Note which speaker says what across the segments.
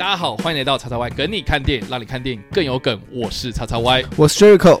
Speaker 1: 大家好，欢迎来到叉叉 Y 跟你看电影，让你看电影更有梗。我是叉叉 Y，
Speaker 2: 我是 Jericho，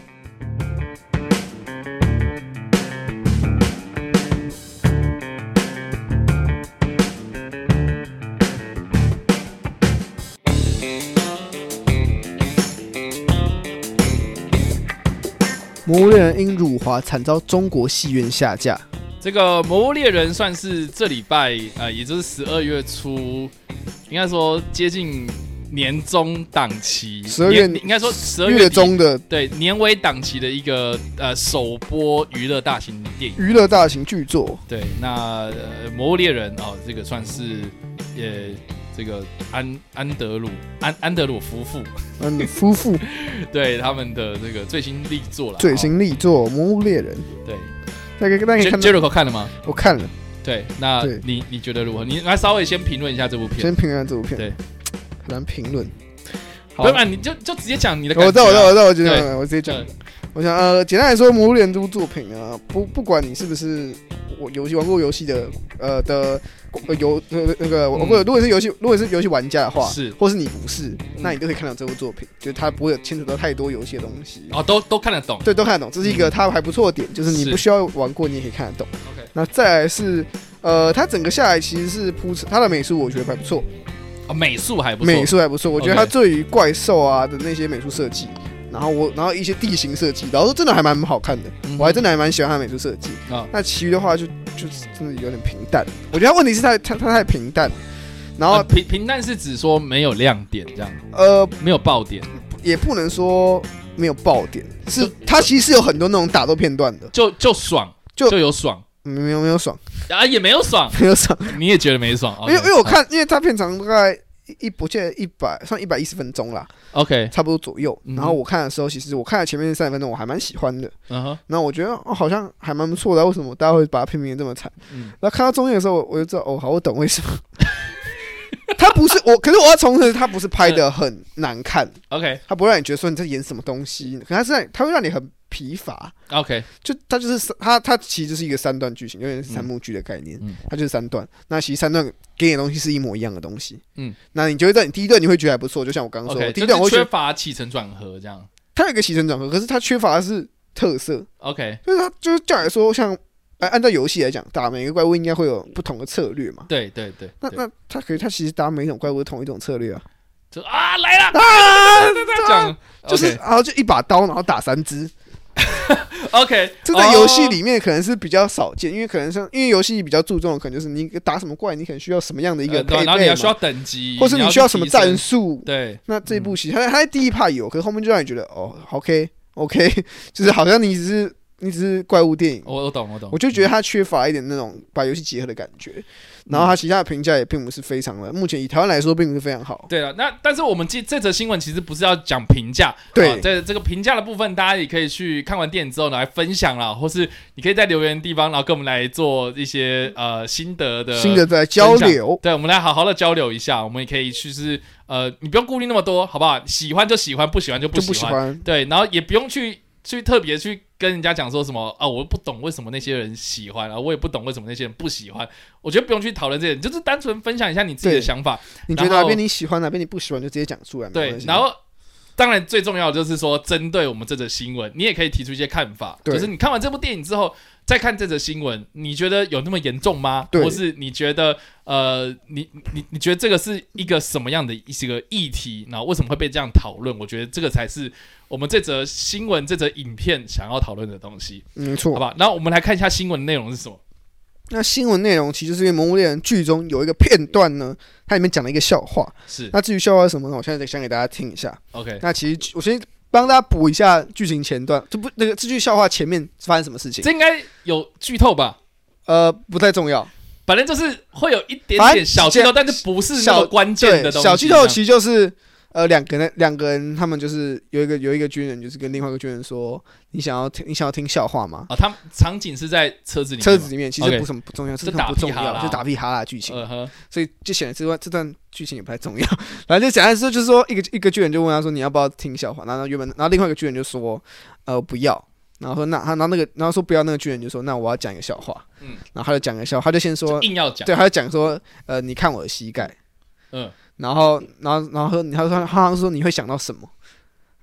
Speaker 2: 《魔物猎人》因辱华惨遭中国戏院下架，
Speaker 1: 这个《魔物猎人》算是这礼拜，呃，也就是十二月初，应该说接近年终档期，
Speaker 2: 12月
Speaker 1: 年应该说十二
Speaker 2: 月
Speaker 1: 底
Speaker 2: 中的
Speaker 1: 对年尾档期的一个呃首播娱乐大型电影。
Speaker 2: 娱乐大型巨作，
Speaker 1: 对，那呃《魔物猎人》哦，这个算是呃这个安安德鲁安安德鲁夫妇
Speaker 2: 嗯，夫妇
Speaker 1: 对他们的这个最新力作了。
Speaker 2: 最新力作《魔物猎人
Speaker 1: 哦、对》，
Speaker 2: 大概大家可以看
Speaker 1: j e，r
Speaker 2: 到
Speaker 1: i c o 看了吗？
Speaker 2: 我看了，
Speaker 1: 对，那
Speaker 2: 对
Speaker 1: 你你觉得如何？你来稍微先评论一下这部片。
Speaker 2: 先评论这部片，
Speaker 1: 对
Speaker 2: 很难评论。
Speaker 1: 不要不然你就就直接讲你的感觉、啊。
Speaker 2: 我知道，我知道，我知道，我直接
Speaker 1: 对
Speaker 2: 讲，我直接讲
Speaker 1: 对。
Speaker 2: 我想，呃，简单来说，《魔物猎人》这部作品啊，不不管你是不是我游戏玩过游戏的，呃的呃游那个那个，我不、如果是游戏，如果是游戏玩家的话，
Speaker 1: 嗯是嗯
Speaker 2: 或是你不是，那你都可以看到这部作品，就是它不会有牵扯到太多游戏的东西。
Speaker 1: 哦，都都看得懂。
Speaker 2: 对，都看得懂，这是一个它还不错的点，就是你
Speaker 1: 嗯是
Speaker 2: 不需要玩过，你也可以看得懂。
Speaker 1: OK，
Speaker 2: 那再来是，呃，它整个下来其实是铺陈，它的美术我觉得还不错，
Speaker 1: 哦，美术还不错。
Speaker 2: 美术还不错，我觉得
Speaker 1: OK
Speaker 2: 它对于怪兽啊的那些美术设计，然后我然后一些地形设计，然后真的还蛮好看的，
Speaker 1: 嗯哼
Speaker 2: 我还真的还蛮喜欢它的美术设计。
Speaker 1: 啊
Speaker 2: 那其余的话就就是真的有点平淡，我觉得它问题是它它它太平淡，然后、
Speaker 1: 啊平平淡是指说没有亮点这样，
Speaker 2: 呃
Speaker 1: 没有爆点，
Speaker 2: 也不能说没有爆点，是
Speaker 1: 就
Speaker 2: 它其实是有很多那种打斗片段的，
Speaker 1: 就就爽，
Speaker 2: 就
Speaker 1: 有爽
Speaker 2: 没没有没有爽，
Speaker 1: 啊，也没有 爽，
Speaker 2: 没有爽，
Speaker 1: 你也觉得没爽。哦啊
Speaker 2: 因为因
Speaker 1: OK，
Speaker 2: 为我看，因为它片长大概一一我记得一百算一百一十分钟啦，
Speaker 1: 啊 OK，
Speaker 2: 差不多左右。
Speaker 1: 嗯
Speaker 2: 然后我看的时候，其实我看了前面三十分钟，我还蛮喜欢的。
Speaker 1: 嗯哼，
Speaker 2: 那我觉得哦，好像还蛮不错的啊。为什么大家会把它片评得这么惨？
Speaker 1: 嗯
Speaker 2: 那看到中间的时候，我我就知道哦，好，我懂为什么。 他不是我，可是我要重申，他不是拍的很难看，
Speaker 1: ，OK
Speaker 2: 他不会让你觉得说你在演什么东西，可他是在他会让你很疲乏。
Speaker 1: OK，
Speaker 2: 就他就是三他他其实就是一个三段剧情，有点是三幕剧的概念，
Speaker 1: 嗯
Speaker 2: 它就是三段。那其实三段给你的东西是一模一样的东西，
Speaker 1: 嗯，
Speaker 2: 那你就会在你第一段你会觉得还不错，就像我刚刚说
Speaker 1: OK，
Speaker 2: 的，第一
Speaker 1: 就
Speaker 2: 段我
Speaker 1: 是
Speaker 2: 会觉
Speaker 1: 缺
Speaker 2: 得
Speaker 1: 乏起承转合这样。
Speaker 2: 它有一个起承转合，可是它缺乏的是特色，
Speaker 1: OK，
Speaker 2: 就是它就是叫来说像。呃按照游戏来讲，打每个怪物应该会有不同的策略嘛？
Speaker 1: 对对对，
Speaker 2: 那
Speaker 1: 对
Speaker 2: 那它可是它其实打每种怪物都同一种策略啊，
Speaker 1: 就啊来了，
Speaker 2: 啊，
Speaker 1: 这样
Speaker 2: 就是然后就一把刀，然后打三只，
Speaker 1: OK，
Speaker 2: 这在游
Speaker 1: 哦
Speaker 2: 戏里面可能是比较少见，因为可能像因为游戏比较注重的可能就是你打什么怪，你可能需要什么样的一个
Speaker 1: 呃对
Speaker 2: 配
Speaker 1: 然后你
Speaker 2: 备
Speaker 1: 要需
Speaker 2: 嘛，
Speaker 1: 要等级，
Speaker 2: 或是你需要什么
Speaker 1: 去提升嗯
Speaker 2: 战术。
Speaker 1: 对，
Speaker 2: 那这一部戏，它它在第一 part 有，可是后面就让你觉得哦，OK OK，就是 好像你只是你只是怪物电影，
Speaker 1: 我我懂我懂，
Speaker 2: 我就觉得它缺乏一点那种把游戏结合的感觉。然后它其他的评价也并不是非常的，目前以台湾来说并不是非常好。
Speaker 1: 对了，那但是我们这这则新闻其实不是要讲评价，
Speaker 2: 对
Speaker 1: 啊在这个评价的部分，大家也可以去看完电影之后呢来分享啦，或是你可以在留言的地方，然后跟我们来做一些呃心得的
Speaker 2: 新的在交
Speaker 1: 分享
Speaker 2: 流，
Speaker 1: 对，我们来好好的交流一下，我们也可以去是呃，你不用顾虑那么多，好不好？喜欢就喜欢，不喜欢就不
Speaker 2: 就
Speaker 1: 喜
Speaker 2: 不
Speaker 1: 欢，
Speaker 2: 喜欢。
Speaker 1: 对，然后也不用去去特别去跟人家讲说什么啊，我不懂为什么那些人喜欢，啊，我也不懂为什么那些人不喜欢，我觉得不用去讨论这些，你就是单纯分享一下你自己的
Speaker 2: 对
Speaker 1: 想法，
Speaker 2: 你觉得
Speaker 1: 然
Speaker 2: 哪
Speaker 1: 后
Speaker 2: 边你喜欢，哪边你不喜欢，就直接讲出来。没
Speaker 1: 对
Speaker 2: 关，系
Speaker 1: 然后当然最重要的就是说，针对我们这则新闻，你也可以提出一些看法。
Speaker 2: 对
Speaker 1: 就是你看完这部电影之后，再看这则新闻，你觉得有那么严重吗？
Speaker 2: 对
Speaker 1: 或是你觉得呃，你你你觉得这个是一个什么样的一个议题？然后为什么会被这样讨论？我觉得这个才是我们这则新闻、这则影片想要讨论的东西，
Speaker 2: 嗯没错
Speaker 1: 好。吧？然后我们来看一下新闻内容是什么。
Speaker 2: 那新闻内容其实是因为《魔物猎人》剧中有一个片段呢，它里面讲了一个笑话。
Speaker 1: 是
Speaker 2: 那至于笑话是什么呢？我现在再讲给大家听一下。
Speaker 1: OK，
Speaker 2: 那其实我先帮大家补一下剧情前段，就不那个这句笑话前面发生什么事情，
Speaker 1: 这应该有剧透吧？
Speaker 2: 呃，不太重要。
Speaker 1: 反正就是会有一点
Speaker 2: 反
Speaker 1: 点
Speaker 2: 正
Speaker 1: 小剧透，
Speaker 2: 小
Speaker 1: 但是不是那么关键的
Speaker 2: 对
Speaker 1: 东西。啊
Speaker 2: 小剧透其实就是呃两个人两个人他们就是有一个有一个军人就是跟另外一个军人说你想要听你想要听笑话吗？
Speaker 1: 啊，他们场景是在车子里面吗，
Speaker 2: 车子里面其实
Speaker 1: OK
Speaker 2: 不什么不重要，
Speaker 1: 就
Speaker 2: 这根本不重
Speaker 1: 打屁哈
Speaker 2: 要，
Speaker 1: 啦
Speaker 2: 就打屁哈啦的剧情，
Speaker 1: 呃呵，
Speaker 2: 所以就显得这段这段剧情也不太重要。 反正就简单说，就是说一个一个巨人就问他说你要不要听笑话，然后原本然后另外一个巨人就说呃不要，然后说那他然后那个然后说不要那个巨人就说那我要讲一个笑话，
Speaker 1: 嗯
Speaker 2: 然后他就讲一个笑话，他就先说
Speaker 1: 就硬要讲，
Speaker 2: 对，他就啊讲说呃你看我的膝盖，
Speaker 1: 嗯，
Speaker 2: 然后，然后，然后他说，他好像说你会想到什么？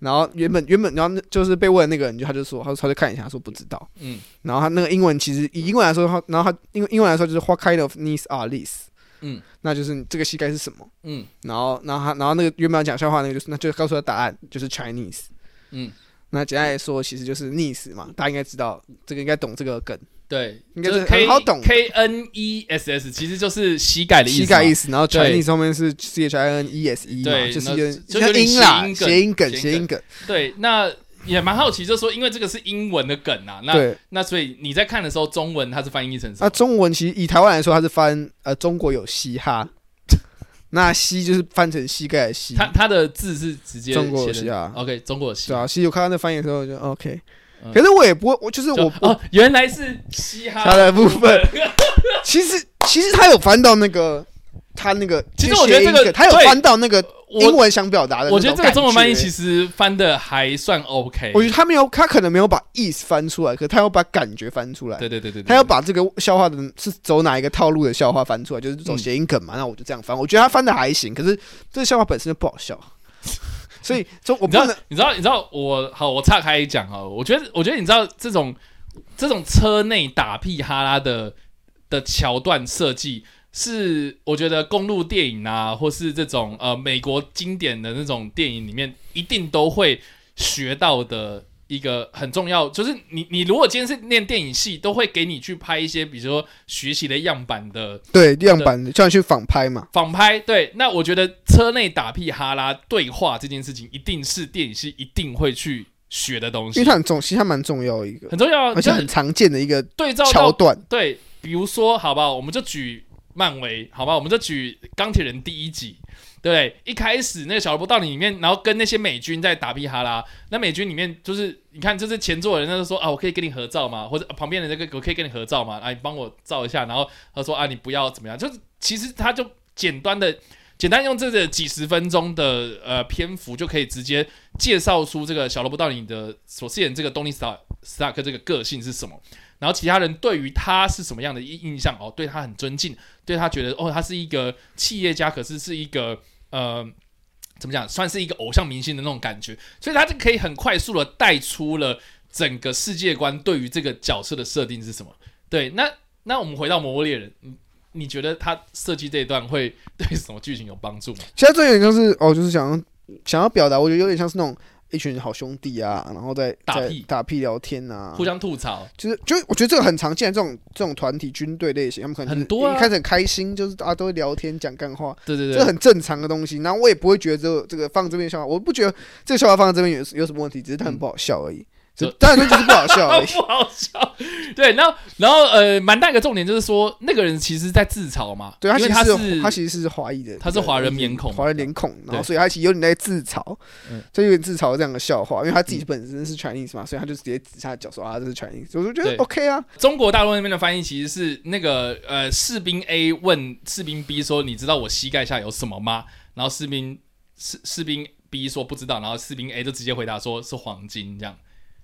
Speaker 2: 然后原本原本，然后那就是被问的那个人，就他就说，他他就看一下，他说不知道。
Speaker 1: 嗯
Speaker 2: 然后他那个英文其实以英文来说，他然后他英英文来说就是 What kind of knees are these？
Speaker 1: 嗯，
Speaker 2: 那就是你这个膝盖是什么？
Speaker 1: 嗯
Speaker 2: 然后，然后他，然后那个原本要讲笑话那个就是，那就告诉他答案就是 Chinese。
Speaker 1: 嗯，
Speaker 2: 那简单来说，其实就是 knees 嘛，大家应该知道这个，应该懂这个梗，
Speaker 1: 对，
Speaker 2: 应该
Speaker 1: 就是
Speaker 2: 是
Speaker 1: K
Speaker 2: 很好懂
Speaker 1: K N E S S 其实就是膝盖的意思嘛，
Speaker 2: 膝盖意思。然后
Speaker 1: 对
Speaker 2: Chinese 后面是 C H I N E S E 嘛，
Speaker 1: 对
Speaker 2: 就是
Speaker 1: 那
Speaker 2: 一个
Speaker 1: 就有点
Speaker 2: 音
Speaker 1: 谐
Speaker 2: 啦
Speaker 1: 音，梗
Speaker 2: 谐音梗，
Speaker 1: 谐
Speaker 2: 谐
Speaker 1: 音
Speaker 2: 音梗。
Speaker 1: 对，那也蛮好奇，就是说因为这个是英文的梗啊，那
Speaker 2: 对，啊
Speaker 1: 那所以你在看的时候，中文它是翻译成什
Speaker 2: 那
Speaker 1: 么？
Speaker 2: 中文其实以台湾来说，它是翻呃中国有嘻哈， 那嘻就是翻成膝盖的膝，
Speaker 1: 它它的字是直接
Speaker 2: 中国有
Speaker 1: 写
Speaker 2: 嘻
Speaker 1: 的
Speaker 2: 哈
Speaker 1: OK，中国有嘻
Speaker 2: 对
Speaker 1: 哈
Speaker 2: 啊，其实我看到那翻译的时候我就哦 OK，
Speaker 1: 嗯
Speaker 2: 可是我也不会，我就是
Speaker 1: 就啊
Speaker 2: 我啊我
Speaker 1: 哦，原来是嘻哈
Speaker 2: 他的部分， 其实其实他有翻到那个他那个，
Speaker 1: 其实我觉得这个
Speaker 2: 谐音梗他有
Speaker 1: 对
Speaker 2: 翻到那个英
Speaker 1: 我
Speaker 2: 文想表达的，
Speaker 1: 我觉得这个中文翻译其
Speaker 2: 实。
Speaker 1: 实翻的还算 OK。
Speaker 2: 我觉得他没有，他可能没有把意思翻出来，可他要把感觉翻出来，
Speaker 1: 对对对对，对
Speaker 2: 他要把这个笑话的是走哪一个套路的笑话翻出来，就是
Speaker 1: 嗯
Speaker 2: 走谐音梗嘛。那我就这样翻，我觉得他翻的还行，可是这个笑话本身就不好笑， 所以就我
Speaker 1: 你
Speaker 2: 不
Speaker 1: 知道
Speaker 2: 能，
Speaker 1: 你知道，你知道我好，我岔开讲哈。我觉得，我觉得你知道这种这种车内打屁哈拉的的桥段设计，是我觉得公路电影啊，或是这种呃美国经典的那种电影里面，一定都会学到的一个很重要，就是你你如果今天是念电影系，都会给你去拍一些，比如说学习的样板的
Speaker 2: 对样板的叫你去仿拍嘛。
Speaker 1: 仿拍对，那我觉得车内打屁哈拉对话这件事情，一定是电影系一定会去学的东
Speaker 2: 因为
Speaker 1: 西
Speaker 2: 它，很重，其实它蛮重要的一个，
Speaker 1: 很重要啊，
Speaker 2: 而且
Speaker 1: 就是
Speaker 2: 很常见的一个
Speaker 1: 对照
Speaker 2: 桥
Speaker 1: 到
Speaker 2: 段。
Speaker 1: 对，比如说，好吧，我们就举漫威，好吧，我们就举钢铁人第一集，对不对？一开始那个小萝卜到里面，然后跟那些美军在打屁哈啦，那美军里面就是你看，就是前座的人他就说啊，我可以跟你合照吗？或者、啊旁边的那个我可以跟你合照吗？啊，你帮我照一下，然后他说啊，你不要怎么样，就是其实他就简单的。简单用这个几十分钟的呃篇幅，就可以直接介绍出这个小萝卜到你的所饰演这个东尼斯塔斯塔克这个个性是什么。然后其他人对于他是什么样的印印象哦，对他很尊敬，对他觉得哦，他是一个企业家，可是是一个呃，怎么讲，算是一个偶像明星的那种感觉，所以他就可以很快速的带出了整个世界观对于这个角色的设定是什么。对，那那我们回到《魔物猎人》，你你觉得他设计这一段会对什么剧情有帮助吗？
Speaker 2: 其实这有点像是哦，就是想要想要表达，我觉得有点像是那种一群好兄弟啊，然后在
Speaker 1: 打
Speaker 2: 在
Speaker 1: 屁
Speaker 2: 打屁聊天啊，
Speaker 1: 互相吐槽，
Speaker 2: 就是就我觉得这个很常见，这种这种团体军队类型，他们可能就是
Speaker 1: 很多啊
Speaker 2: 一开始很开心，就是大家都会聊天讲干话，
Speaker 1: 对对
Speaker 2: 这
Speaker 1: 对，
Speaker 2: 很正常的东西。然后我也不会觉得这个这个放这边的笑话，我不觉得这个笑话放在这边有有什么问题，只是它很不好笑而已。
Speaker 1: 嗯
Speaker 2: 就
Speaker 1: 就
Speaker 2: 当然说就是不好笑
Speaker 1: 啊，
Speaker 2: 而已。
Speaker 1: 不 好笑。对，然后然后呃，蛮大一个重点就是说，那个人其实在自嘲嘛，
Speaker 2: 对他
Speaker 1: 因为
Speaker 2: 其实
Speaker 1: 他
Speaker 2: 是
Speaker 1: 是
Speaker 2: 他其实是华裔的，
Speaker 1: 他是华人面孔
Speaker 2: 华人脸孔，然
Speaker 1: 对
Speaker 2: 后所以他其实有点在自嘲
Speaker 1: 嗯，
Speaker 2: 所以有点自嘲这样的笑话，因为他自己本身是 Chinese 嘛，所以他就直接指他的脚说啊这是 Chinese，我就觉得
Speaker 1: 对
Speaker 2: OK 啊，
Speaker 1: 中国大陆那边的翻译其实是那个呃，士兵 A 问士兵 B 说：“你知道我膝盖下有什么吗？”然后士兵士士兵 B 说不知道，然后士兵 A 就直接回答说是黄金这样。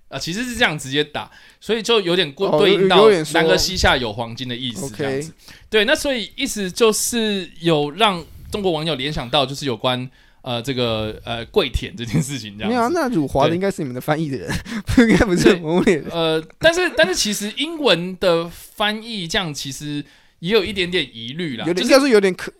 Speaker 1: 啊、其实是这样直接打，所以就有点过、
Speaker 2: 哦
Speaker 1: 对
Speaker 2: 有
Speaker 1: 应到
Speaker 2: 有点说
Speaker 1: 南河西下有黄金的意思
Speaker 2: OK
Speaker 1: 这样子。对，那所以意思就是有让中国网友联想到就是有关呃这个呃跪舔这件事情这样子。
Speaker 2: 没有啊，那辱华的
Speaker 1: 对
Speaker 2: 应该是你们的翻译的人， 应该不是
Speaker 1: 对
Speaker 2: 蒙脸人。
Speaker 1: 呃，但是但是其实英文的翻译这样其实也有一点点疑虑啦，
Speaker 2: 有点
Speaker 1: 就
Speaker 2: 应
Speaker 1: 是
Speaker 2: 该说有点可，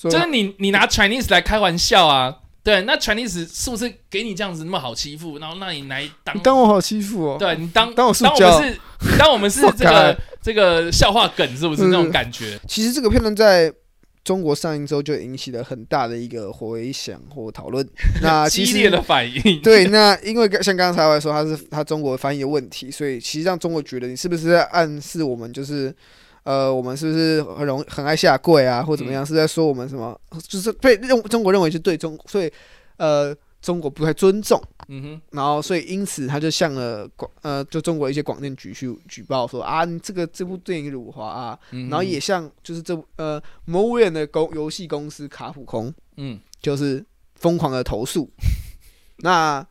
Speaker 2: 说
Speaker 1: 就是你你拿 Chinese 来开玩笑啊，对，那 Chinese 是不是给你这样子那么好欺负，然后让你来当
Speaker 2: 你当我好欺负哦，
Speaker 1: 对你当
Speaker 2: 当我哦塑
Speaker 1: 当我
Speaker 2: 胶
Speaker 1: 们是你当我们是
Speaker 2: 我靠
Speaker 1: 这个这个笑话梗是不是
Speaker 2: 嗯
Speaker 1: 那种感觉？
Speaker 2: 其实这个片段在中国上映之后就引起了很大的一个回响或讨论。那啊其
Speaker 1: 激烈
Speaker 2: 实
Speaker 1: 的反 应，
Speaker 2: 对，那因为像刚才我也说，它是它中国翻译的问题，所以其实让中国觉得你是不是在暗示我们就是。呃，我们是不是很容很爱下跪啊，或怎么样？是在说我们什么？就是被认中国认为是对中，所以呃，中国不太尊重，
Speaker 1: 嗯哼，
Speaker 2: 然后所以因此他就向了广呃，就中国一些广电局去举报说啊，你这个这部电影辱华啊，
Speaker 1: 嗯哼
Speaker 2: 然后也向就是这部呃魔物猎人的公游戏公司卡普空
Speaker 1: 嗯
Speaker 2: 就是疯狂的投诉。 那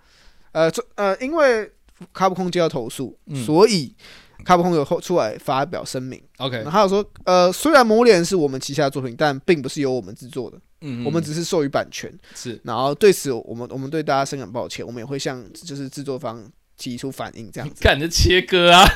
Speaker 2: 呃这呃，因为卡普空接到投诉，
Speaker 1: 嗯
Speaker 2: 所以卡普空有后出来发表声明，
Speaker 1: ，OK，
Speaker 2: 然后他有说呃，虽然魔物猎人是我们旗下的作品，但并不是由我们制作的，
Speaker 1: 嗯哼，
Speaker 2: 我们只是授予版权。
Speaker 1: 是
Speaker 2: 然后对此我们我们对大家深感抱歉，我们也会向就是制作方提出反应，这样子。
Speaker 1: 干着切割啊，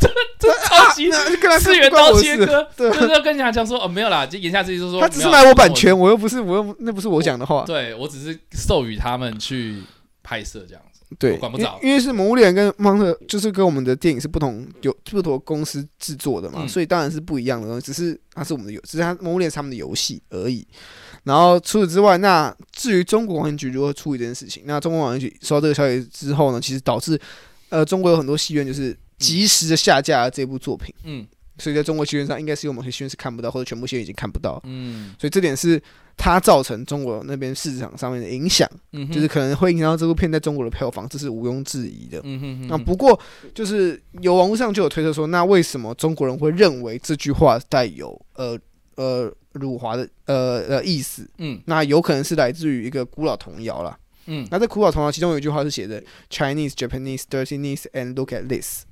Speaker 1: 这这
Speaker 2: 啊
Speaker 1: 超级
Speaker 2: 那跟他
Speaker 1: 次元
Speaker 2: 不关
Speaker 1: 刀
Speaker 2: 我
Speaker 1: 切
Speaker 2: 事，
Speaker 1: 割，
Speaker 2: 对
Speaker 1: 就是要跟人家讲说哦没有啦，就言下之意就是说
Speaker 2: 他只
Speaker 1: 没
Speaker 2: 是
Speaker 1: 有
Speaker 2: 买
Speaker 1: 啦
Speaker 2: 我版，权，我又不是我又那不是我讲的话
Speaker 1: 我，对我只是授予他们去拍摄这样子，
Speaker 2: 对，
Speaker 1: 我管不
Speaker 2: 因
Speaker 1: 着
Speaker 2: 因为是《魔物猎人》跟《芒特》，就是跟我们的电影是不同，有不同公司制作的嘛，
Speaker 1: 嗯
Speaker 2: 所以当然是不一样的东西。只是它是我们的游，只是它《魔物猎人》是他们的游戏而已。然后除此之外，那至于中国广电局如何处理这件事情，那中国广电局收到这个消息之后呢，其实导致呃中国有很多戏院就是及时的下架了这部作品，
Speaker 1: 嗯
Speaker 2: 所以在中国戏院上应该是有某些戏院是看不到，或者全部戏院已经看不到，
Speaker 1: 嗯
Speaker 2: 所以这点是它造成中国那边市场上面的影响。
Speaker 1: 嗯哼，
Speaker 2: 就是可能会影响到这部片在中国的票房，这是毋庸置疑的。
Speaker 1: 嗯哼哼
Speaker 2: 那不过就是有网络上就有推测说，那为什么中国人会认为这句话带有呃呃辱华的呃呃意思？
Speaker 1: 嗯
Speaker 2: 那有可能是来自于一个古老童谣啦。
Speaker 1: 嗯
Speaker 2: 那这古老童谣其中有一句话是写的 Chinese, Japanese, dirtiness and look at this，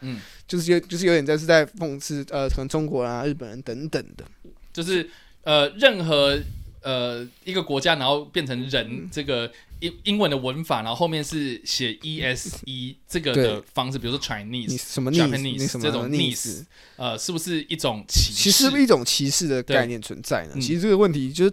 Speaker 1: 嗯，
Speaker 2: 就是有就是有点在是在讽刺呃可能中国人啊、日本人等等的。
Speaker 1: 就是呃任何。呃，一个国家，然后变成
Speaker 2: 嗯
Speaker 1: 人这个英英文的文法，然后后面是写 E S E 这个的
Speaker 2: 对
Speaker 1: 方式，比如说
Speaker 2: 你
Speaker 1: Chinese，
Speaker 2: 什么
Speaker 1: Japanese，
Speaker 2: 逆你什么
Speaker 1: 这种
Speaker 2: 逆
Speaker 1: niece 呃，是不是一种歧
Speaker 2: 其
Speaker 1: 视？
Speaker 2: 实是一种歧视的
Speaker 1: 对
Speaker 2: 概念存在呢。
Speaker 1: 嗯
Speaker 2: 其实这个问题就是。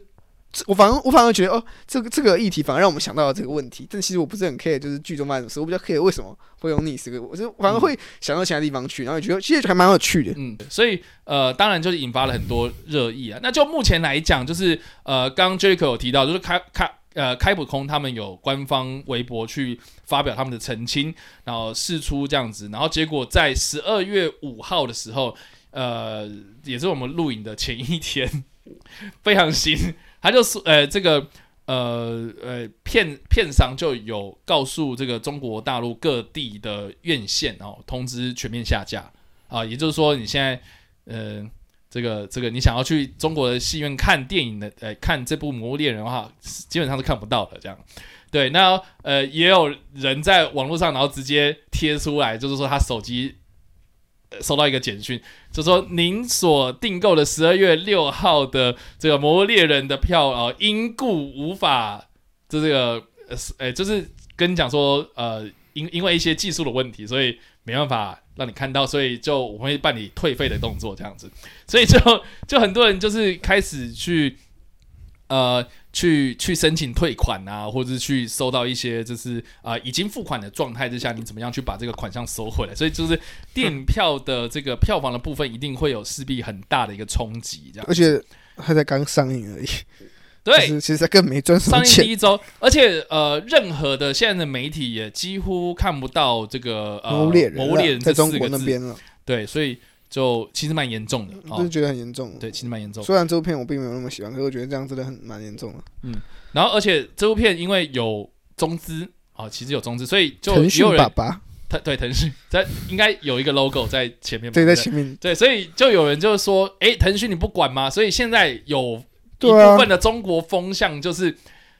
Speaker 2: 这我反而我反而觉得哦，这个这个议题反而让我们想到了这个问题，但其实我不是很 care，就是剧中发生什么事，我比较 care 为什么会用 nice 这个，我就反而会想到其他地方去，然后也觉得其实还蛮有趣的。
Speaker 1: 嗯，所以呃，当然就是引发了很多热议啊。那就目前来讲，就是呃，刚刚 Jericho 有提到，就是开开呃开普空他们有官方微博去发表他们的澄清，然后释出这样子，然后结果在十二月五号的时候，呃，也是我们录影的前一天， 非常新，他就说呃这个。呃呃，片片商就有告诉这个中国大陆各地的院线哦，通知全面下架。啊，也就是说你现在呃，这个这个你想要去中国的戏院看电影的，呃，看这部《魔物猎人》的话，是基本上是看不到的这样。对，那呃，也有人在网络上，然后直接贴出来，就是说他手机、呃收到一个简讯，就说您所订购的十二月六号的这个《魔物猎人》的票啊、呃因故无法，就这个呃，是呃，就是跟你讲说，呃，因因为一些技术的问题，所以没办法让你看到，所以就我们会办理退费的动作，这样子。所以就 就很多人就是开始去呃去去申请退款啊，或者是去收到一些就是啊、呃已经付款的状态之下，你怎么样去把这个款项收回来？所以就是电影票的这个票房的部分一定会有势必很大的一个冲击，这样
Speaker 2: 而且它才刚上映而已，
Speaker 1: 对
Speaker 2: 就。是其实它根本没赚什么
Speaker 1: 上映第
Speaker 2: 钱。
Speaker 1: 一周，而且呃，任何的现在的媒体也几乎看不到这个呃
Speaker 2: 魔物猎人
Speaker 1: 魔物猎人
Speaker 2: 啊
Speaker 1: 这
Speaker 2: 在中
Speaker 1: 四
Speaker 2: 国
Speaker 1: 个
Speaker 2: 那
Speaker 1: 字
Speaker 2: 边嗯了，
Speaker 1: 对，所以就其实蛮严重的
Speaker 2: 我就
Speaker 1: 哦。
Speaker 2: 觉得很严重。
Speaker 1: 对，其实蛮严重的。
Speaker 2: 虽然这部片我并没有那么喜欢，可是我觉得这样真的很蛮严重的。
Speaker 1: 然后，而且这部片因为有中资哦，其实有中资，所以就
Speaker 2: 腾
Speaker 1: 也有
Speaker 2: 讯爸
Speaker 1: 人
Speaker 2: 爸
Speaker 1: 腾对腾讯在应该有一个 logo 在前面嘛，
Speaker 2: 对
Speaker 1: 不
Speaker 2: 在前面，
Speaker 1: 对，所以就有人就是说，诶，腾讯你不管吗？所以现在有一
Speaker 2: 对啊
Speaker 1: 部分的中国风向就是。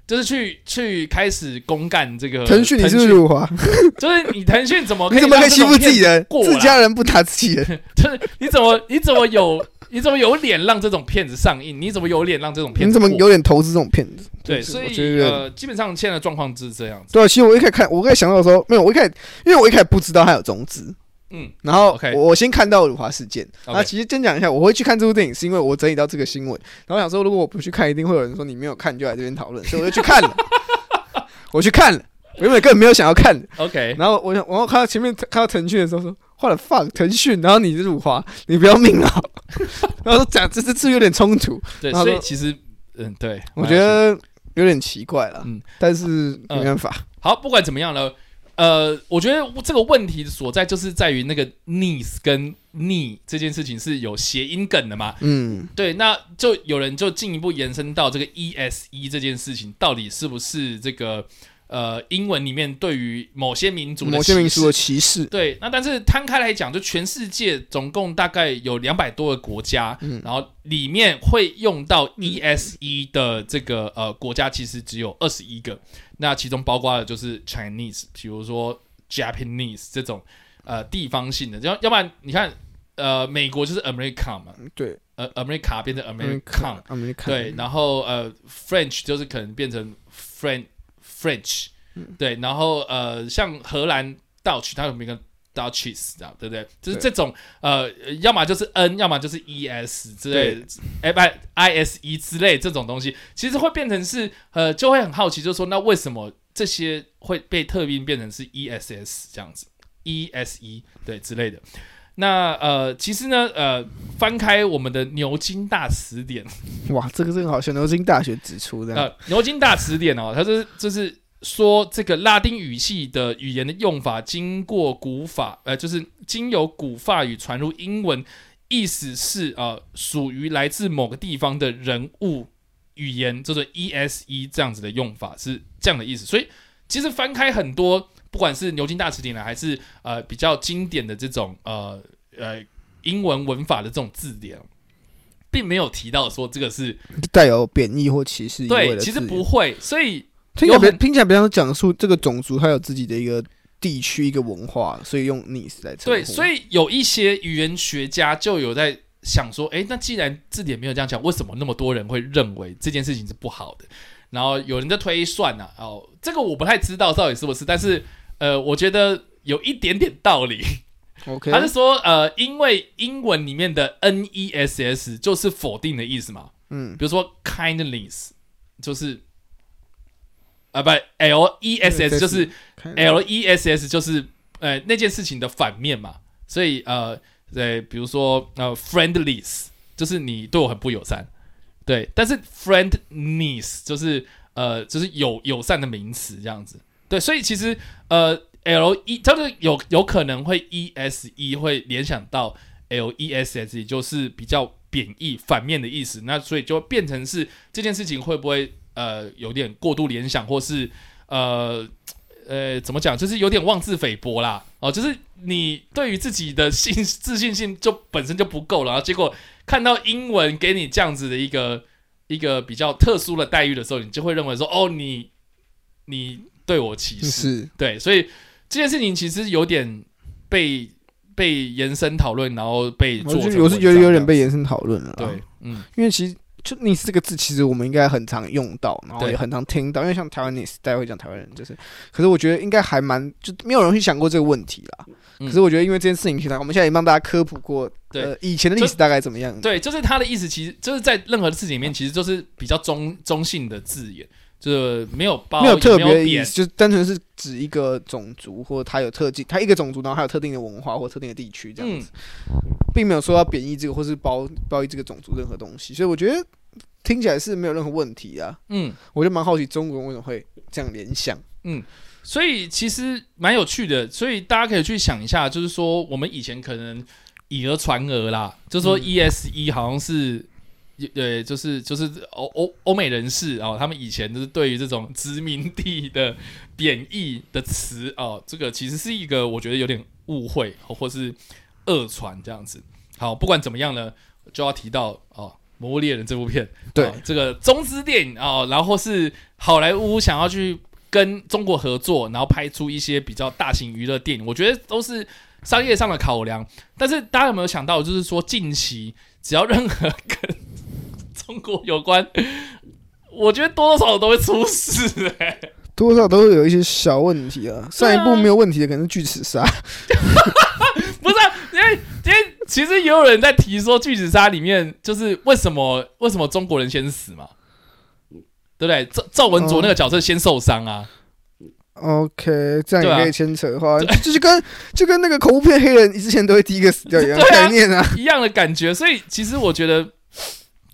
Speaker 1: 就是去去开始公干这个
Speaker 2: 腾讯你是不是辱
Speaker 1: 哦
Speaker 2: 华？
Speaker 1: 就是你腾讯怎么
Speaker 2: 你怎么可以欺负自己
Speaker 1: 的？
Speaker 2: 人？
Speaker 1: 过
Speaker 2: 自
Speaker 1: 啦
Speaker 2: 家人不打自己人？
Speaker 1: 就是你怎么你怎么有你怎么有脸让这种骗子上映？你怎么有脸让这种骗子？
Speaker 2: 你怎么有点投资这种骗子？
Speaker 1: 对，
Speaker 2: 就是
Speaker 1: 所
Speaker 2: 我觉
Speaker 1: 以
Speaker 2: 得
Speaker 1: 呃，基本上现在的状况就是这样子。
Speaker 2: 对啊，其实我一开始看，我一开始想到的时候，没有，我一开始因为我一开始不知道它有中资，
Speaker 1: 嗯，
Speaker 2: 然后
Speaker 1: OK
Speaker 2: 我我先看到辱华事件，然后
Speaker 1: OK
Speaker 2: 其实先讲一下，我会去看这部电影是因为我整理到这个新闻，然后想说如果我不去看，一定会有人说你没有看就来这边讨论，所以我就去 看了，我去看了，我原本根本没有想要看的，
Speaker 1: OK，
Speaker 2: 然后我想，然后看到前面看到腾讯的时候说。换了 fuck 腾讯，然后你是辱华，你不要命了。 然后说讲这这次有点冲突，
Speaker 1: 对，
Speaker 2: 然后
Speaker 1: 所以
Speaker 2: 说
Speaker 1: 其实嗯，对，
Speaker 2: 我觉得有点奇怪了。
Speaker 1: 嗯呃
Speaker 2: 但是没办法，
Speaker 1: 好，不管怎么样呢，呃，我觉得这个问题所在就是在于那个 knees 跟 knee 这件事情是有谐音梗的嘛？
Speaker 2: 嗯，
Speaker 1: 对，那就有人就进一步延伸到这个 ESE 这件事情，到底是不是这个呃英文里面对于某些民族的
Speaker 2: 某些
Speaker 1: 歧
Speaker 2: 民族的
Speaker 1: 视
Speaker 2: 歧视，
Speaker 1: 对，那但是摊开来讲，就全世界总共大概有两百多个国家，
Speaker 2: 嗯
Speaker 1: 然后里面会用到 ESE 的这个呃国家，其实只有二十一个。那其中包括的就是 Chinese，比如说 Japanese 这种呃地方性的，要要不然你看呃美国就是 America 嘛，
Speaker 2: 对，
Speaker 1: 呃 America 变成
Speaker 2: 我们
Speaker 1: American，
Speaker 2: 看，我们看，
Speaker 1: 对，然后呃，French 就是可能变成 French French，、对，
Speaker 2: 嗯
Speaker 1: 然后呃，像荷兰 Dutch，它有没有一个 Dutches 这样，对不对？就是
Speaker 2: 对
Speaker 1: 这种呃，要么就是 N，要么就是 ES 之类的，哎不 ISE 之类这种东西，其实会变成是呃，就会很好奇，就是说那为什么这些会被特定变成是 ESS 这样子，ESE 对之类的。那呃，其实呢，呃，翻开我们的牛津大词典，
Speaker 2: 哇，这个这个好像牛津大学指出的，
Speaker 1: 呃，牛津大词典哦，它就是就是说这个拉丁语系的语言的用法，经过古法，呃，就是经由古法语传入英文，意思是呃，属于来自某个地方的人物语言，就是 ESE E 这样子的用法是这样的意思。所以其实翻开很多，不管是牛津大词典呢，还是呃比较经典的这种呃呃英文文法的这种字典哦，并没有提到说这个是。
Speaker 2: 带有贬义或歧视意味
Speaker 1: 对，
Speaker 2: 的
Speaker 1: 其实
Speaker 2: 字眼
Speaker 1: 不会，所以
Speaker 2: 听起来比
Speaker 1: 有很
Speaker 2: 听起来比较讲述这个种族它有自己的一个地区一个文化，所以用 nice 来称呼。
Speaker 1: 对，所以有一些语言学家就有在想说，诶，那既然字典没有这样讲，为什么那么多人会认为这件事情是不好的？然后有人在推算呐、哦，这个我不太知道到底是不是，但是呃，我觉得有一点点道理。
Speaker 2: OK，
Speaker 1: 他是说，呃，因为英文里面的 N E S S 就是否定的意思嘛，
Speaker 2: 嗯
Speaker 1: 比如说 kindness 就是啊、不 L E S S 就是 L E S S 就是呃那件事情的反面嘛，所以呃呃，比如说呃 friendless 就是你对我很不友善，对，但是 friendness 就是呃就是友友善的名词这样子，对，所以其实呃 L E 它就是有有可能会 E S E 会联想到 L E S S 也就是比较贬义反面的意思，那所以就会变成是这件事情会不会呃有点过度联想或是呃呃，怎么讲，就是有点妄自菲薄啦。哦，就是你对于自己的信 自信心就本身就不够了，然后结果看到英文给你这样子的一个一个比较特殊的待遇的时候，你就会认为说，哦，你你对我歧视，
Speaker 2: 是
Speaker 1: 对，所以这件事情其实有点被被延伸讨论，然后被
Speaker 2: 我
Speaker 1: 做
Speaker 2: 就
Speaker 1: 成
Speaker 2: 觉得我是
Speaker 1: 文
Speaker 2: 觉得
Speaker 1: 章这
Speaker 2: 有点
Speaker 1: 样
Speaker 2: 被延伸讨论了啦。啊
Speaker 1: 对，嗯，
Speaker 2: 因为其实就 nice 这个字，其实我们应该很常用到，然后
Speaker 1: 对
Speaker 2: 也很常听到。因为像台湾 nice，大家会讲台湾人就是，可是我觉得应该还蛮就没有人去想过这个问题啦。
Speaker 1: 嗯
Speaker 2: 可是我觉得因为这件事情，其实我们现在也帮大家科普过，
Speaker 1: 对
Speaker 2: 呃，以前的历史大概怎么样？
Speaker 1: 对，就是他的意思，其实就是在任何的事情里面，其实就是比较中中性的字眼，就是没有包，
Speaker 2: 没有
Speaker 1: 哦也
Speaker 2: 特别的意
Speaker 1: 贬
Speaker 2: 思，就是单纯是指一个种族或它有特定，它一个种族，然后它有特定的文化或特定的地区这样
Speaker 1: 嗯
Speaker 2: 子，并没有说要贬义这个或是褒褒义这个种族任何东西，所以我觉得听起来是没有任何问题啊。
Speaker 1: 嗯，
Speaker 2: 我就蛮好奇中国人为什么会这样联想，
Speaker 1: 所以其实蛮有趣的，所以大家可以去想一下，就是说我们以前可能以讹传讹啦，就说
Speaker 2: 嗯
Speaker 1: ESE 好像是。呃，就是就是欧欧欧美人士哦，他们以前就是对于这种殖民地的贬义的词哦，这个其实是一个我觉得有点误会哦或是恶传这样子。好，不管怎么样呢，就要提到哦，《魔物猎人》这部片，
Speaker 2: 对
Speaker 1: 哦这个中资电影哦，然后是好莱坞想要去跟中国合作，然后拍出一些比较大型娱乐电影，我觉得都是商业上的考量。但是大家有没有想到，就是说近期只要任何跟中国有关，我觉得多多少少都会出事、欸。
Speaker 2: 多少都会有一些小问题啊。上一部没有问题的可能是巨齿鲨，
Speaker 1: 不是、啊，因为因为其实也有人在提说《巨齿鲨》里面就是为什么为什么中国人先死嘛，对不对？赵赵文卓那个角色先受伤啊。
Speaker 2: OK，这样
Speaker 1: 对啊
Speaker 2: 也可以牵扯的话，就是跟就跟那个恐怖片黑人之前都会第一个死掉一样
Speaker 1: 对啊
Speaker 2: 概念啊。
Speaker 1: 一样的感觉，所以其实我觉得，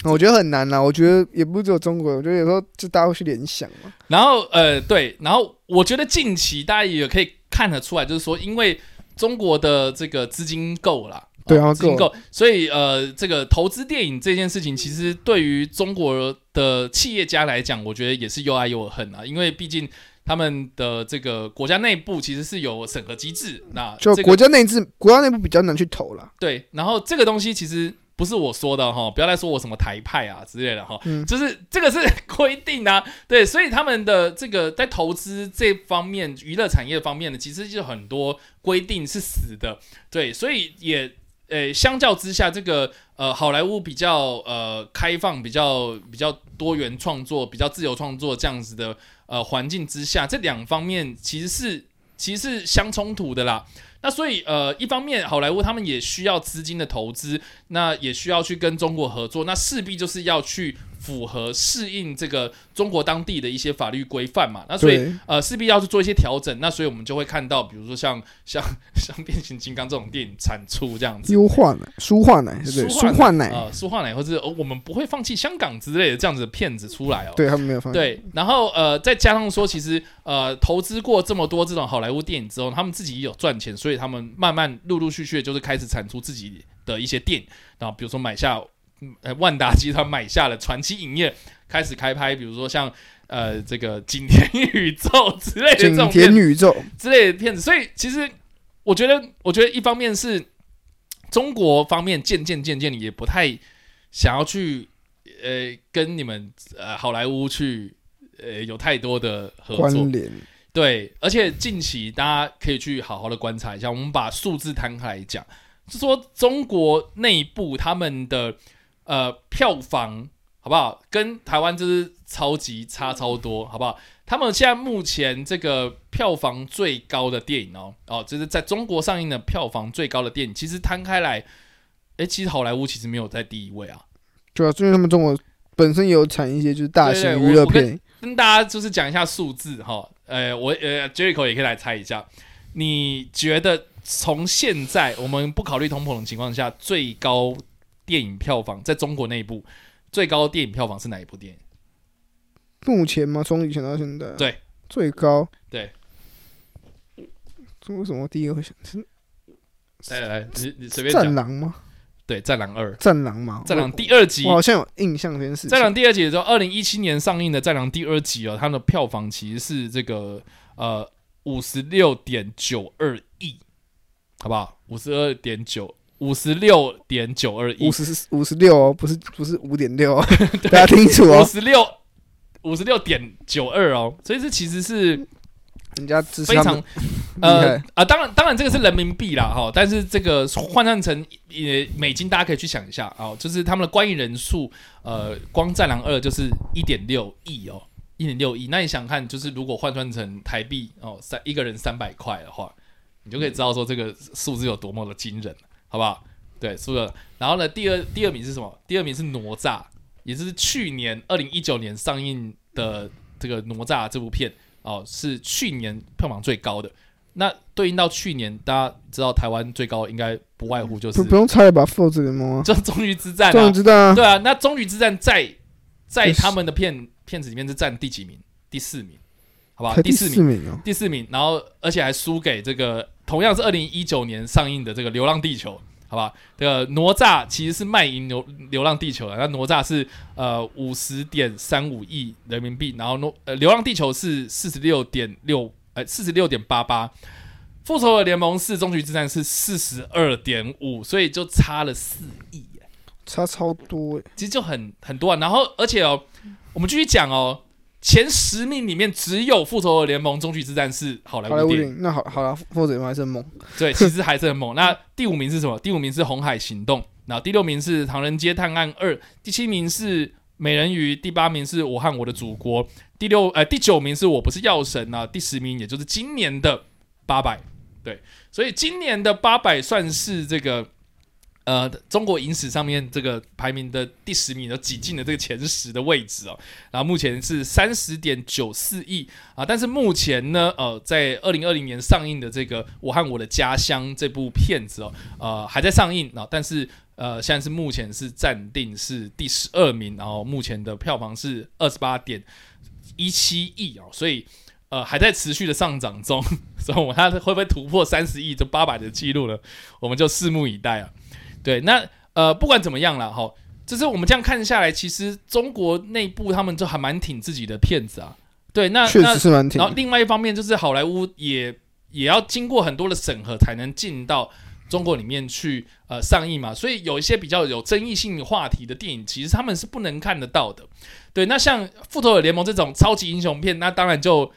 Speaker 2: 我觉得很难啦，啊我觉得也不是只有中国人，我觉得有时候就大家会去联想嘛。啊
Speaker 1: 然后呃，对，然后我觉得近期大家也可以看得出来，就是说，因为中国的这个资金够了啦。
Speaker 2: 对啊
Speaker 1: 呃资金
Speaker 2: 够
Speaker 1: 够，所以呃，这个投资电影这件事情，其实对于中国的企业家来讲，我觉得也是又爱又恨啊，因为毕竟他们的这个国家内部其实是有审核机制，那
Speaker 2: 就
Speaker 1: 这个
Speaker 2: 国家内部，国家内部比较难去投了。
Speaker 1: 对，然后这个东西其实不是我说的哈，不要再说我什么台派啊之类的哈，
Speaker 2: 嗯
Speaker 1: 就是这个是 规定啊，对，所以他们的这个在投资这方面、娱乐产业方面呢，其实就很多规定是死的，对，所以也。呃，相较之下，这个呃，好莱坞比较呃开放、比较比较多元创作、比较自由创作这样子的呃环境之下，这两方面其实是其实是相冲突的啦。那所以呃，一方面好莱坞他们也需要资金的投资，那也需要去跟中国合作，那势必就是要去符合适应这个中国当地的一些法律规范嘛。那所以
Speaker 2: 对，
Speaker 1: 呃，势必要去做一些调整。那所以我们就会看到，比如说像像 像变形金刚这种电影产出这样子。
Speaker 2: 优化奶、舒化奶，对不对？舒化奶，
Speaker 1: 啊，舒化奶，或者、哦、我们不会放弃香港之类的这样子的片子出来哦。
Speaker 2: 对他们没有放。，
Speaker 1: 对，然后呃，再加上说，其实呃，投资过这么多这种好莱坞电影之后，他们自己也有赚钱，所以他们慢慢陆陆续续地就是开始产出自己的一些电影，然后比如说买下嗯呃万达集团买下了传奇影业，开始开拍，比如说像呃这个景田宇宙之类的这
Speaker 2: 景
Speaker 1: 种片
Speaker 2: 甜宇宙，
Speaker 1: 之类的片子，所以其实我觉得，我觉得一方面是中国方面渐渐渐渐地也不太想要去呃跟你们呃好莱坞去呃有太多的合作
Speaker 2: 关，联
Speaker 1: 对，而且近期大家可以去好好的观察一下，我们把数字摊开来讲，就说中国内部他们的呃票房好不好，跟台湾就是超级差超多，好不好？他们现在目前这个票房最高的电影哦，哦，就是在中国上映的票房最高的电影，其实摊开来，诶，其实好莱坞其实没有在第一位啊，
Speaker 2: 对啊，因为他们中国本身也有产一些就是大
Speaker 1: 对
Speaker 2: 型
Speaker 1: 对我
Speaker 2: 娱乐
Speaker 1: 我跟
Speaker 2: 片，
Speaker 1: 跟大家就是讲一下数字哈，呃，我呃 Jericho 也可以来猜一下，你觉得从现在我们不考虑通膨的情况下，最高电影票房在中国内部最高电影票房是哪一部电影？
Speaker 2: 目前嘛，从以前到现在，
Speaker 1: 对，
Speaker 2: 最高，
Speaker 1: 对。
Speaker 2: 为什么我第一个会想是
Speaker 1: 来来来，你你随便
Speaker 2: 战
Speaker 1: 讲。
Speaker 2: 狼吗？
Speaker 1: 对，《战狼二》，《
Speaker 2: 战狼吗？
Speaker 1: 战狼
Speaker 2: 我
Speaker 1: 第二集，
Speaker 2: 我
Speaker 1: 《
Speaker 2: 好像有印象这件事情。
Speaker 1: 战狼第二集》的时候，二零一七年上映的《战狼》第二集哦，它的票房其实是这个呃五十六点九二亿，好不好？五十二点九。五十六点九二亿
Speaker 2: 五，十五十六哦，不是不是五点 六哦，大家听清楚
Speaker 1: 五
Speaker 2: 哦，
Speaker 1: 十六五十六点九二哦，所以这其实是
Speaker 2: 人家支持
Speaker 1: 非
Speaker 2: 他
Speaker 1: 常
Speaker 2: 们，
Speaker 1: 呃
Speaker 2: 厉
Speaker 1: 啊，当然当然这个是人民币啦哈，但是这个换算成也美金，大家可以去想一下啊、哦，就是他们的观影人数，呃，光《战狼二》就是一点六亿哦，一点六亿，那你想看，就是如果换算成台币哦，三一个人三百块的话，你就可以知道说这个数字有多么的惊人，好不好？对，输了。然后呢，第二第二名是什么？第二名是哪吒，也就是去年二零一九年上映的这个哪吒这部片哦，是去年票房最高的。那对应到去年，大家知道台湾最高应该不外乎就是
Speaker 2: 不不用猜了吧？复仇者联盟啊，
Speaker 1: 就《终于之战》
Speaker 2: 终于
Speaker 1: 啊，
Speaker 2: 知道啊，
Speaker 1: 对啊。那《终于之战在》在
Speaker 2: 就是
Speaker 1: 他们的片片子里面是占第几名？第四名，好吧，啊
Speaker 2: 才
Speaker 1: 第
Speaker 2: 第
Speaker 1: 四名
Speaker 2: 四。名哦，
Speaker 1: 第四名，然后而且还输给这个同样是二零一九年上映的这个《流浪地球》，好吧？这个哪吒其实是卖淫流《流浪地球》的，那哪吒是呃五十点三五亿人民币，然后哪呃《流浪地球》是四十六点六呃四十六点八八，《复仇者联盟四：终局之战》是四十二点五，所以就差了四亿耶
Speaker 2: 差超多欸，
Speaker 1: 其实就很很多啊。然后而且哦，我们继续讲哦。前十名里面只有《复仇者联盟：终局之战》是好莱
Speaker 2: 好莱
Speaker 1: 坞
Speaker 2: 坞
Speaker 1: 电
Speaker 2: 电
Speaker 1: 影，
Speaker 2: 影那好好了，复仇者联盟还是很猛，
Speaker 1: 对，其实还是很猛。那第五名是什么？第五名是《红海行动》，然后第六名是《唐人街探案二》，第七名是《美人鱼》，第八名是《我和我的祖国》，第六呃第九名是我不是药神啊，第十名也就是今年的八百。对，所以今年的八百算是这个呃中国影史上面这个排名的第十名，都挤进了这个前十的位置哦。然后目前是三十点九四亿啊，但是目前呢，呃，在二零二零年上映的这个《我和我的家乡》这部片子哦，呃，还在上映啊，但是呃，现在是目前是暂定是第十二名，然后目前的票房是二十八点一七亿哦，所以呃还在持续的上涨中， 所以我它会不会突破三十亿这八百的记录呢？我们就拭目以待啊。对，那呃不管怎么样了哈，就是我们这样看下来，其实中国内部他们就还蛮挺自己的骗子啊。对，那
Speaker 2: 确
Speaker 1: 那
Speaker 2: 实是蛮挺
Speaker 1: 然。后另外一方面就是好莱坞也也要经过很多的审核才能进到中国里面去呃上映嘛，所以有一些比较有争议性话题的电影，其实他们是不能看得到的。对，那像《复仇者联盟》这种超级英雄片，那当然就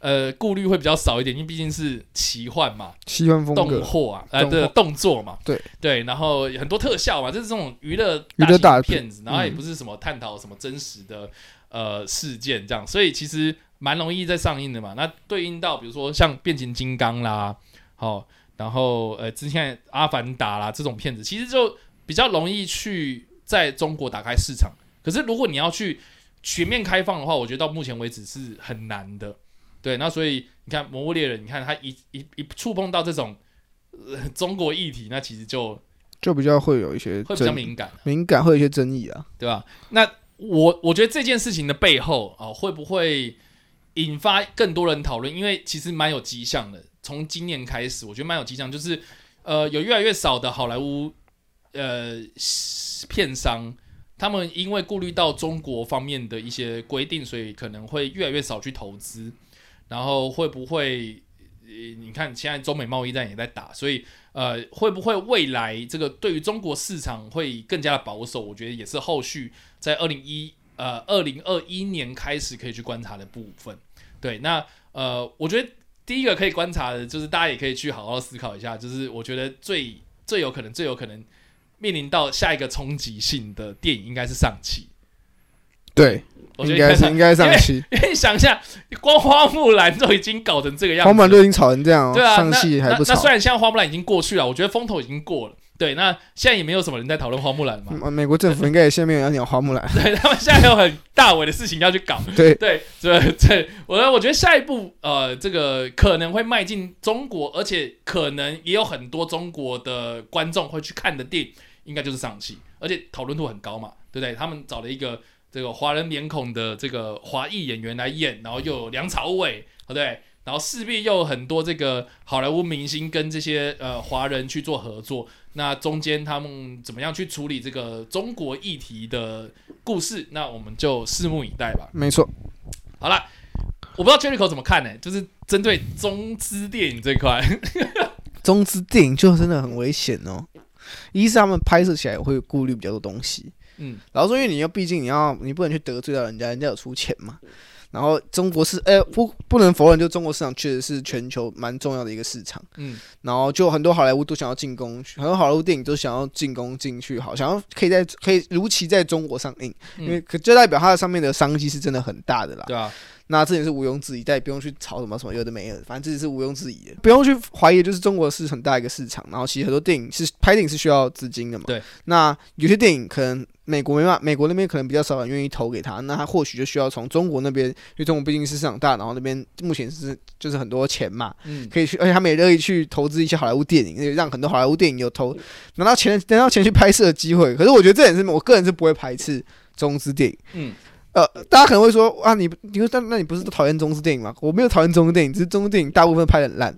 Speaker 1: 呃顾虑会比较少一点，因为毕竟是奇幻嘛。
Speaker 2: 西方风
Speaker 1: 动
Speaker 2: 格，
Speaker 1: 货啊，呃，
Speaker 2: 嗯动货
Speaker 1: 对，动作嘛，
Speaker 2: 对
Speaker 1: 对，然后很多特效嘛，就是这种娱乐
Speaker 2: 娱乐大
Speaker 1: 型片子，然后也
Speaker 2: 嗯
Speaker 1: 不是什么探讨什么真实的呃事件这样，所以其实蛮容易在上映的嘛。那对应到比如说像变形金刚啦，好、然后呃之前阿凡达啦这种片子，其实就比较容易去在中国打开市场。可是如果你要去全面开放的话，我觉得到目前为止是很难的。对，那所以你看《魔物猎人》，你看它一一一触碰到这种、呃、中国议题，那其实就
Speaker 2: 就比较会有一些
Speaker 1: 会比较
Speaker 2: 争
Speaker 1: 敏感，
Speaker 2: 敏感，会有一些争议啊。
Speaker 1: 对吧？那我我觉得这件事情的背后啊、哦会不会引发更多人讨论？因为其实蛮有迹象的，从今年开始，我觉得蛮有迹象，就是呃，有越来越少的好莱坞呃片商，他们因为顾虑到中国方面的一些规定，所以可能会越来越少去投资。然后会不会？呃，你看现在中美贸易战也在打，所以呃，会不会未来这个对于中国市场会更加的保守？我觉得也是后续在二零一呃二零二一年开始可以去观察的部分。对，那呃，我觉得第一个可以观察的就是大家也可以去好好思考一下，就是我觉得最最有可能最有可能面临到下一个冲击性的电影应该是上汽。
Speaker 2: 对，
Speaker 1: 我觉
Speaker 2: 应
Speaker 1: 得
Speaker 2: 该是
Speaker 1: 看
Speaker 2: 应该上期，
Speaker 1: 因为你想一下，光花木兰都已经搞成这个样子了，
Speaker 2: 黄板都已经吵成这样哦，
Speaker 1: 对啊，
Speaker 2: 上
Speaker 1: 那
Speaker 2: 戏还不
Speaker 1: 那。那
Speaker 2: 吵
Speaker 1: 虽。然现在花木兰已经过去了，我觉得风头已经过了。对，那现在也没有什么人在讨论花木兰嘛。
Speaker 2: 嗯美国政府应该也下面要鸟花木兰，
Speaker 1: 对他们现在有很大尾的事情要去搞。
Speaker 2: 对，
Speaker 1: 对，这这，我我觉得下一步呃，这个可能会迈进中国，而且可能也有很多中国的观众会去看的电影，应该就是上戏，而且讨论度很高嘛，对不对？他们找了一个这个华人脸孔的这个华裔演员来演，然后又有梁朝伟，对不对？然后势必又有很多这个好莱坞明星跟这些呃华人去做合作，那中间他们怎么样去处理这个中国议题的故事，那我们就拭目以待吧。
Speaker 2: 没错。
Speaker 1: 好了，我不知道 Jericho 怎么看呢、就是针对中资电影这块，
Speaker 2: 中资电影就真的很危险哦。一是他们拍摄起来会顾虑比较多东西，
Speaker 1: 嗯，
Speaker 2: 然后说因为你要毕竟你要你不能去得罪到人家，人家有出钱嘛。然后中国市，哎、不不能否认，就中国市场确实是全球蛮重要的一个市场。
Speaker 1: 嗯，
Speaker 2: 然后就很多好莱坞都想要进攻，很多好莱坞电影都想要进攻进去，好想要可以在可以如期在中国上映，
Speaker 1: 嗯
Speaker 2: 因为可就代表它的上面的商机是真的很大的啦。
Speaker 1: 对啊，
Speaker 2: 那这也是毋庸置疑，但也不用去吵什么什么有的没有的，反正这也是毋庸置疑的，不用去怀疑，就是中国是很大一个市场，然后其实很多电影是拍电影是需要资金的嘛。
Speaker 1: 对。
Speaker 2: 那有些电影可能美国没办法，美国那边可能比较少人愿意投给他，那他或许就需要从中国那边，因为中国毕竟是市场大，然后那边目前是就是很多钱嘛，
Speaker 1: 嗯，
Speaker 2: 可以去，而且他们也乐意去投资一些好莱坞电影，也让很多好莱坞电影有投拿到钱拿到钱去拍摄的机会。可是我觉得这点是我个人是不会排斥中资电影。
Speaker 1: 嗯，
Speaker 2: 呃，大家可能会说啊，你你说但那你不是都讨厌中资电影吗？我没有讨厌中资电影，只是中资电影大部分拍的很烂。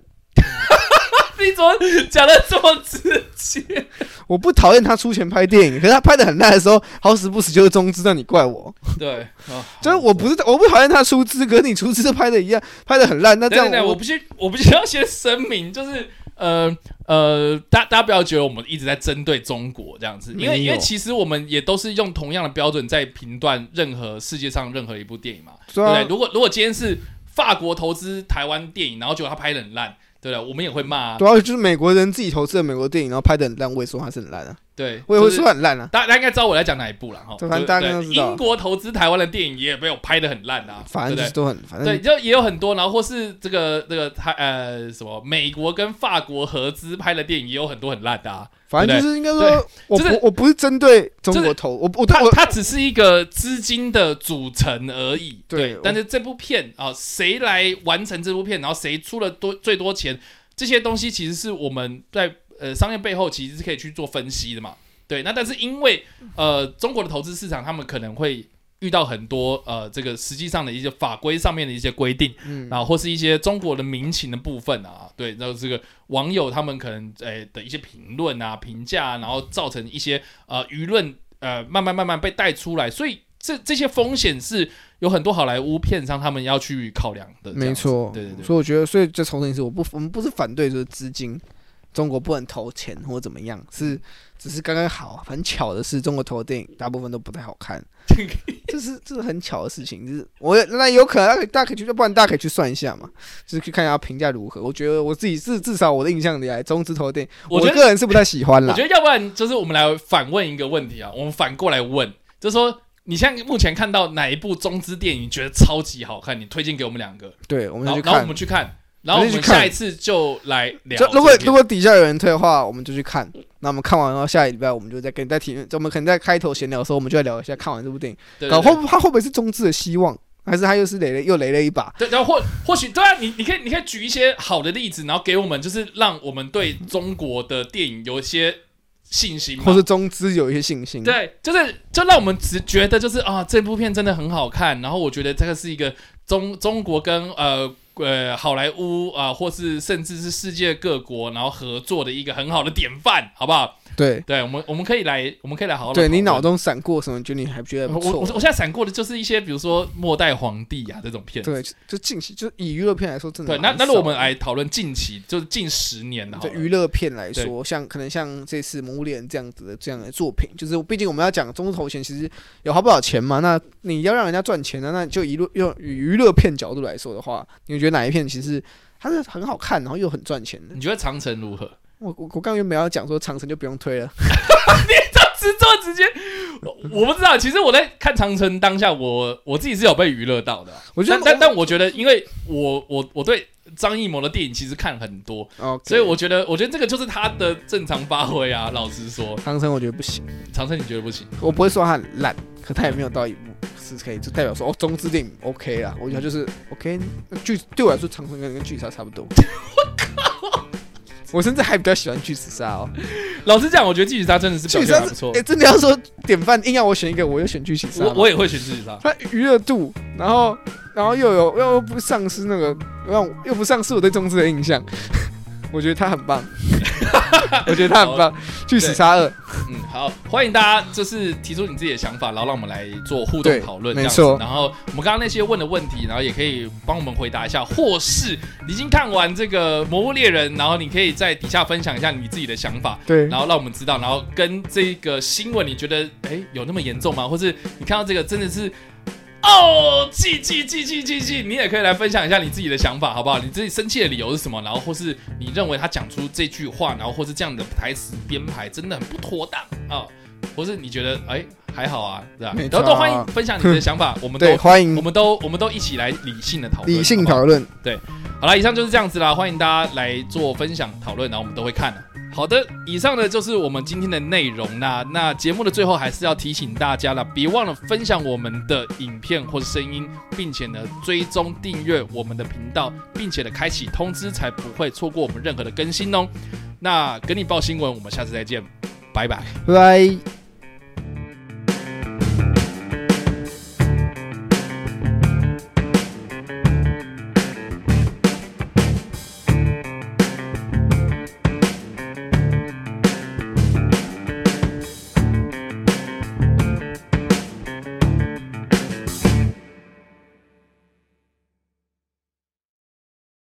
Speaker 1: 你怎么讲的这么直接？
Speaker 2: 我不讨厌他出钱拍电影，可是他拍的很烂的时候，好死不死就是中资，那你怪我？
Speaker 1: 对，啊，
Speaker 2: 就是我不是我不讨厌他出资，可是你出资都拍的一样，拍的很烂，那这
Speaker 1: 对对
Speaker 2: 样
Speaker 1: 对，我必须我必须要先声明，就是呃呃，大大家不要觉得我们一直在针对中国这样子，因为
Speaker 2: 没有
Speaker 1: 因为其实我们也都是用同样的标准在评断任何世界上任何一部电影嘛，
Speaker 2: 对
Speaker 1: 对不
Speaker 2: 啊
Speaker 1: 对？如果如果今天是法国投资台湾电影，然后结果他拍的很烂，对不对？我们也会骂、啊，
Speaker 2: 主要就是美国人自己投资的美国电影，然后拍的很烂，我也说他是很烂啊，
Speaker 1: 对，
Speaker 2: 我也会
Speaker 1: 就是
Speaker 2: 说很烂啊。
Speaker 1: 大大家应该知道我在讲哪一部了哈。
Speaker 2: 对
Speaker 1: 对
Speaker 2: 反正
Speaker 1: 不
Speaker 2: 大家都
Speaker 1: 对，
Speaker 2: 知道
Speaker 1: 英国投资台湾的电影也没有拍的很烂啊，
Speaker 2: 反正就
Speaker 1: 对
Speaker 2: 是嗯
Speaker 1: 不对？
Speaker 2: 都很，反
Speaker 1: 对，
Speaker 2: 正
Speaker 1: 就也有很多，然后或是这个这个台呃什么美国跟法国合资拍的电影也有很多很烂的啊。
Speaker 2: 反正就是应该说，我
Speaker 1: 就是
Speaker 2: 不我不是针对中
Speaker 1: 就是
Speaker 2: 国投，我我
Speaker 1: 它
Speaker 2: 我
Speaker 1: 它只是一个资金的组成而已。
Speaker 2: 对
Speaker 1: 对
Speaker 2: 我，
Speaker 1: 但是这部片啊，谁来完成这部片，然后谁出了多最多钱，这些东西其实是我们在呃商业背后其实是可以去做分析的嘛。对，那但是因为呃中国的投资市场，他们可能会。遇到很多呃这个实际上的一些法规上面的一些规定，嗯，然后或是一些中国的民情的部分啊，对，然后这个网友他们可能诶、的一些评论啊、评价啊、然后造成一些呃舆论呃慢慢慢慢被带出来，所以这这些风险是有很多好莱坞片商他们要去考量的，这样子
Speaker 2: 没错，
Speaker 1: 对对对，
Speaker 2: 所以我觉得，所以再重申一次，我不，我们不是反对就是资金，中国不能投钱或怎么样，是只是刚刚好，很巧的是，中国投的电影大部分都不太 好看，这是这是很巧的事情，就是我那有可能大家可以去，不然大家可以去算一下嘛，就是去看一下评价如何。我觉得我自己至至少我的印象里来，中资投的电影，
Speaker 1: 我
Speaker 2: 我
Speaker 1: 觉得
Speaker 2: 个人是不太喜欢
Speaker 1: 我
Speaker 2: 啦
Speaker 1: 觉。得要不然就是我们来反问一个问题啊，我们反过来问，就是说你现在目前看到哪一部中资电影你觉得超级好看，你推荐给我们两个，
Speaker 2: 对，我们
Speaker 1: 然后
Speaker 2: 就去
Speaker 1: 然后我
Speaker 2: 看
Speaker 1: 们。去看，然后我
Speaker 2: 我
Speaker 1: 们
Speaker 2: 们去看
Speaker 1: 下一次就来聊这
Speaker 2: 就
Speaker 1: 个片。
Speaker 2: 如果如果底下有人推的话，我们就去看。那我们看完然后，下礼拜我们就再跟再提，我们可能在开头闲聊的时候，我们就来聊一下看完这部电影。
Speaker 1: 对对
Speaker 2: 搞
Speaker 1: 对
Speaker 2: 会不他会不会是中资的希望，还是他又是雷了又雷了一把？
Speaker 1: 对，然后或或许对啊，你你可以你可以举一些好的例子，然后给我们，就是让我们对中国的电影有一些信心嘛，
Speaker 2: 或是中资有一些信心？
Speaker 1: 对，就是就让我们只觉得就是啊，这部片真的很好看。然后我觉得这个是一个中中国跟呃呃好莱坞啊、或是甚至是世界各国然后合作的一个很好的典范，好不好？
Speaker 2: 对
Speaker 1: 对，我们我们可以来，我们可以来好好地
Speaker 2: 对，
Speaker 1: 讨
Speaker 2: 你
Speaker 1: 论
Speaker 2: 脑中闪过什么？你觉得你还觉得
Speaker 1: 我
Speaker 2: 不
Speaker 1: 我我
Speaker 2: 错？
Speaker 1: 现在闪过的就是一些比如说《末代皇帝》啊这种片。
Speaker 2: 对，就就近期就以娱乐片来说，真的
Speaker 1: 对，那
Speaker 2: 蛮
Speaker 1: 那如果我们
Speaker 2: 少啊
Speaker 1: 来讨论近期，就是近十年的好
Speaker 2: 对
Speaker 1: 了，
Speaker 2: 娱乐片来说，像可能像这次《魔物猎人》这样子的这样的作品，就是毕竟我们要讲中投钱，其实有花不少钱嘛。那你要让人家赚钱呢、那你就一路用以娱乐片角度来说的话，你觉得哪一片其实它是很好看，然后又很赚钱的？
Speaker 1: 你觉得《长城》如何？
Speaker 2: 我我我刚原本要讲说长城就不用推了，
Speaker 1: 制作直接，我我不知道。其实我在看《长城》当下，我我自己是有被娱乐到的啊。
Speaker 2: 我觉得
Speaker 1: 但但但我觉得，因为我我我对张艺谋的电影其实看很多，
Speaker 2: 哦，
Speaker 1: 所以我觉得，我觉得这个就是他的正常发挥啊。老实说，
Speaker 2: 长城我觉得不行，
Speaker 1: 长城你觉得不行？
Speaker 2: 我不会说它很烂，可它也没有到一部是可以就代表说哦中资电影 OK 啦，我觉得就是 OK，那剧对我来说长城跟跟巨鲨差不多。我靠！我甚至还比较喜欢巨齿鲨哦，
Speaker 1: 老实讲，我觉得《巨齿鲨》真的是表
Speaker 2: 巨
Speaker 1: 现
Speaker 2: 鲨
Speaker 1: 还不
Speaker 2: 是
Speaker 1: 错
Speaker 2: 哎、。真的要说典范，硬要我选一个，我又选巨齿鲨
Speaker 1: 我
Speaker 2: 嘛。
Speaker 1: 我也会选《巨齿鲨》，
Speaker 2: 它娱乐度，然后然后又有又不丧失那个让我又不丧失我对中资的印象， 我觉得它很 棒，我觉得它很棒，巨齿鲨二。
Speaker 1: 嗯，好，欢迎大家就是提出你自己的想法，然后让我们来做互动
Speaker 2: 对
Speaker 1: 讨论，
Speaker 2: 没
Speaker 1: 这样子
Speaker 2: 错
Speaker 1: 然后我们刚刚那些问的问题，然后也可以帮我们回答一下，或是你已经看完这个《魔物猎人》，然后你可以在底下分享一下你自己的想法。
Speaker 2: 对
Speaker 1: 然后让我们知道，然后跟这个新闻，你觉得哎有那么严重吗？或是你看到这个真的是哦，记记记记记记，你也可以来分享一下你自己的想法，好不好？你自己生气的理由是什么？然后或是你认为他讲出这句话，然后或是这样的台词编排真的很不妥当啊、或是你觉得哎还好啊，对吧
Speaker 2: 没？错
Speaker 1: 都
Speaker 2: 啊
Speaker 1: 都欢迎分享你的想法，我 们
Speaker 2: 对，
Speaker 1: 都
Speaker 2: 欢
Speaker 1: 我
Speaker 2: 迎
Speaker 1: 们都我们都一起来理性的讨论，
Speaker 2: 理性
Speaker 1: 好不好
Speaker 2: 讨论。
Speaker 1: 好了，以上就是这样子啦，欢迎大家来做分享讨论，然后我们都会看的。好的，以上呢就是我们今天的内容啦。那节目的最后还是要提醒大家啦，别忘了分享我们的影片或是声音，并且呢追踪订阅我们的频道，并且呢开启通知，才不会错过我们任何的更新哦。那跟你报新闻，我们下次再见，拜拜。
Speaker 2: 拜拜。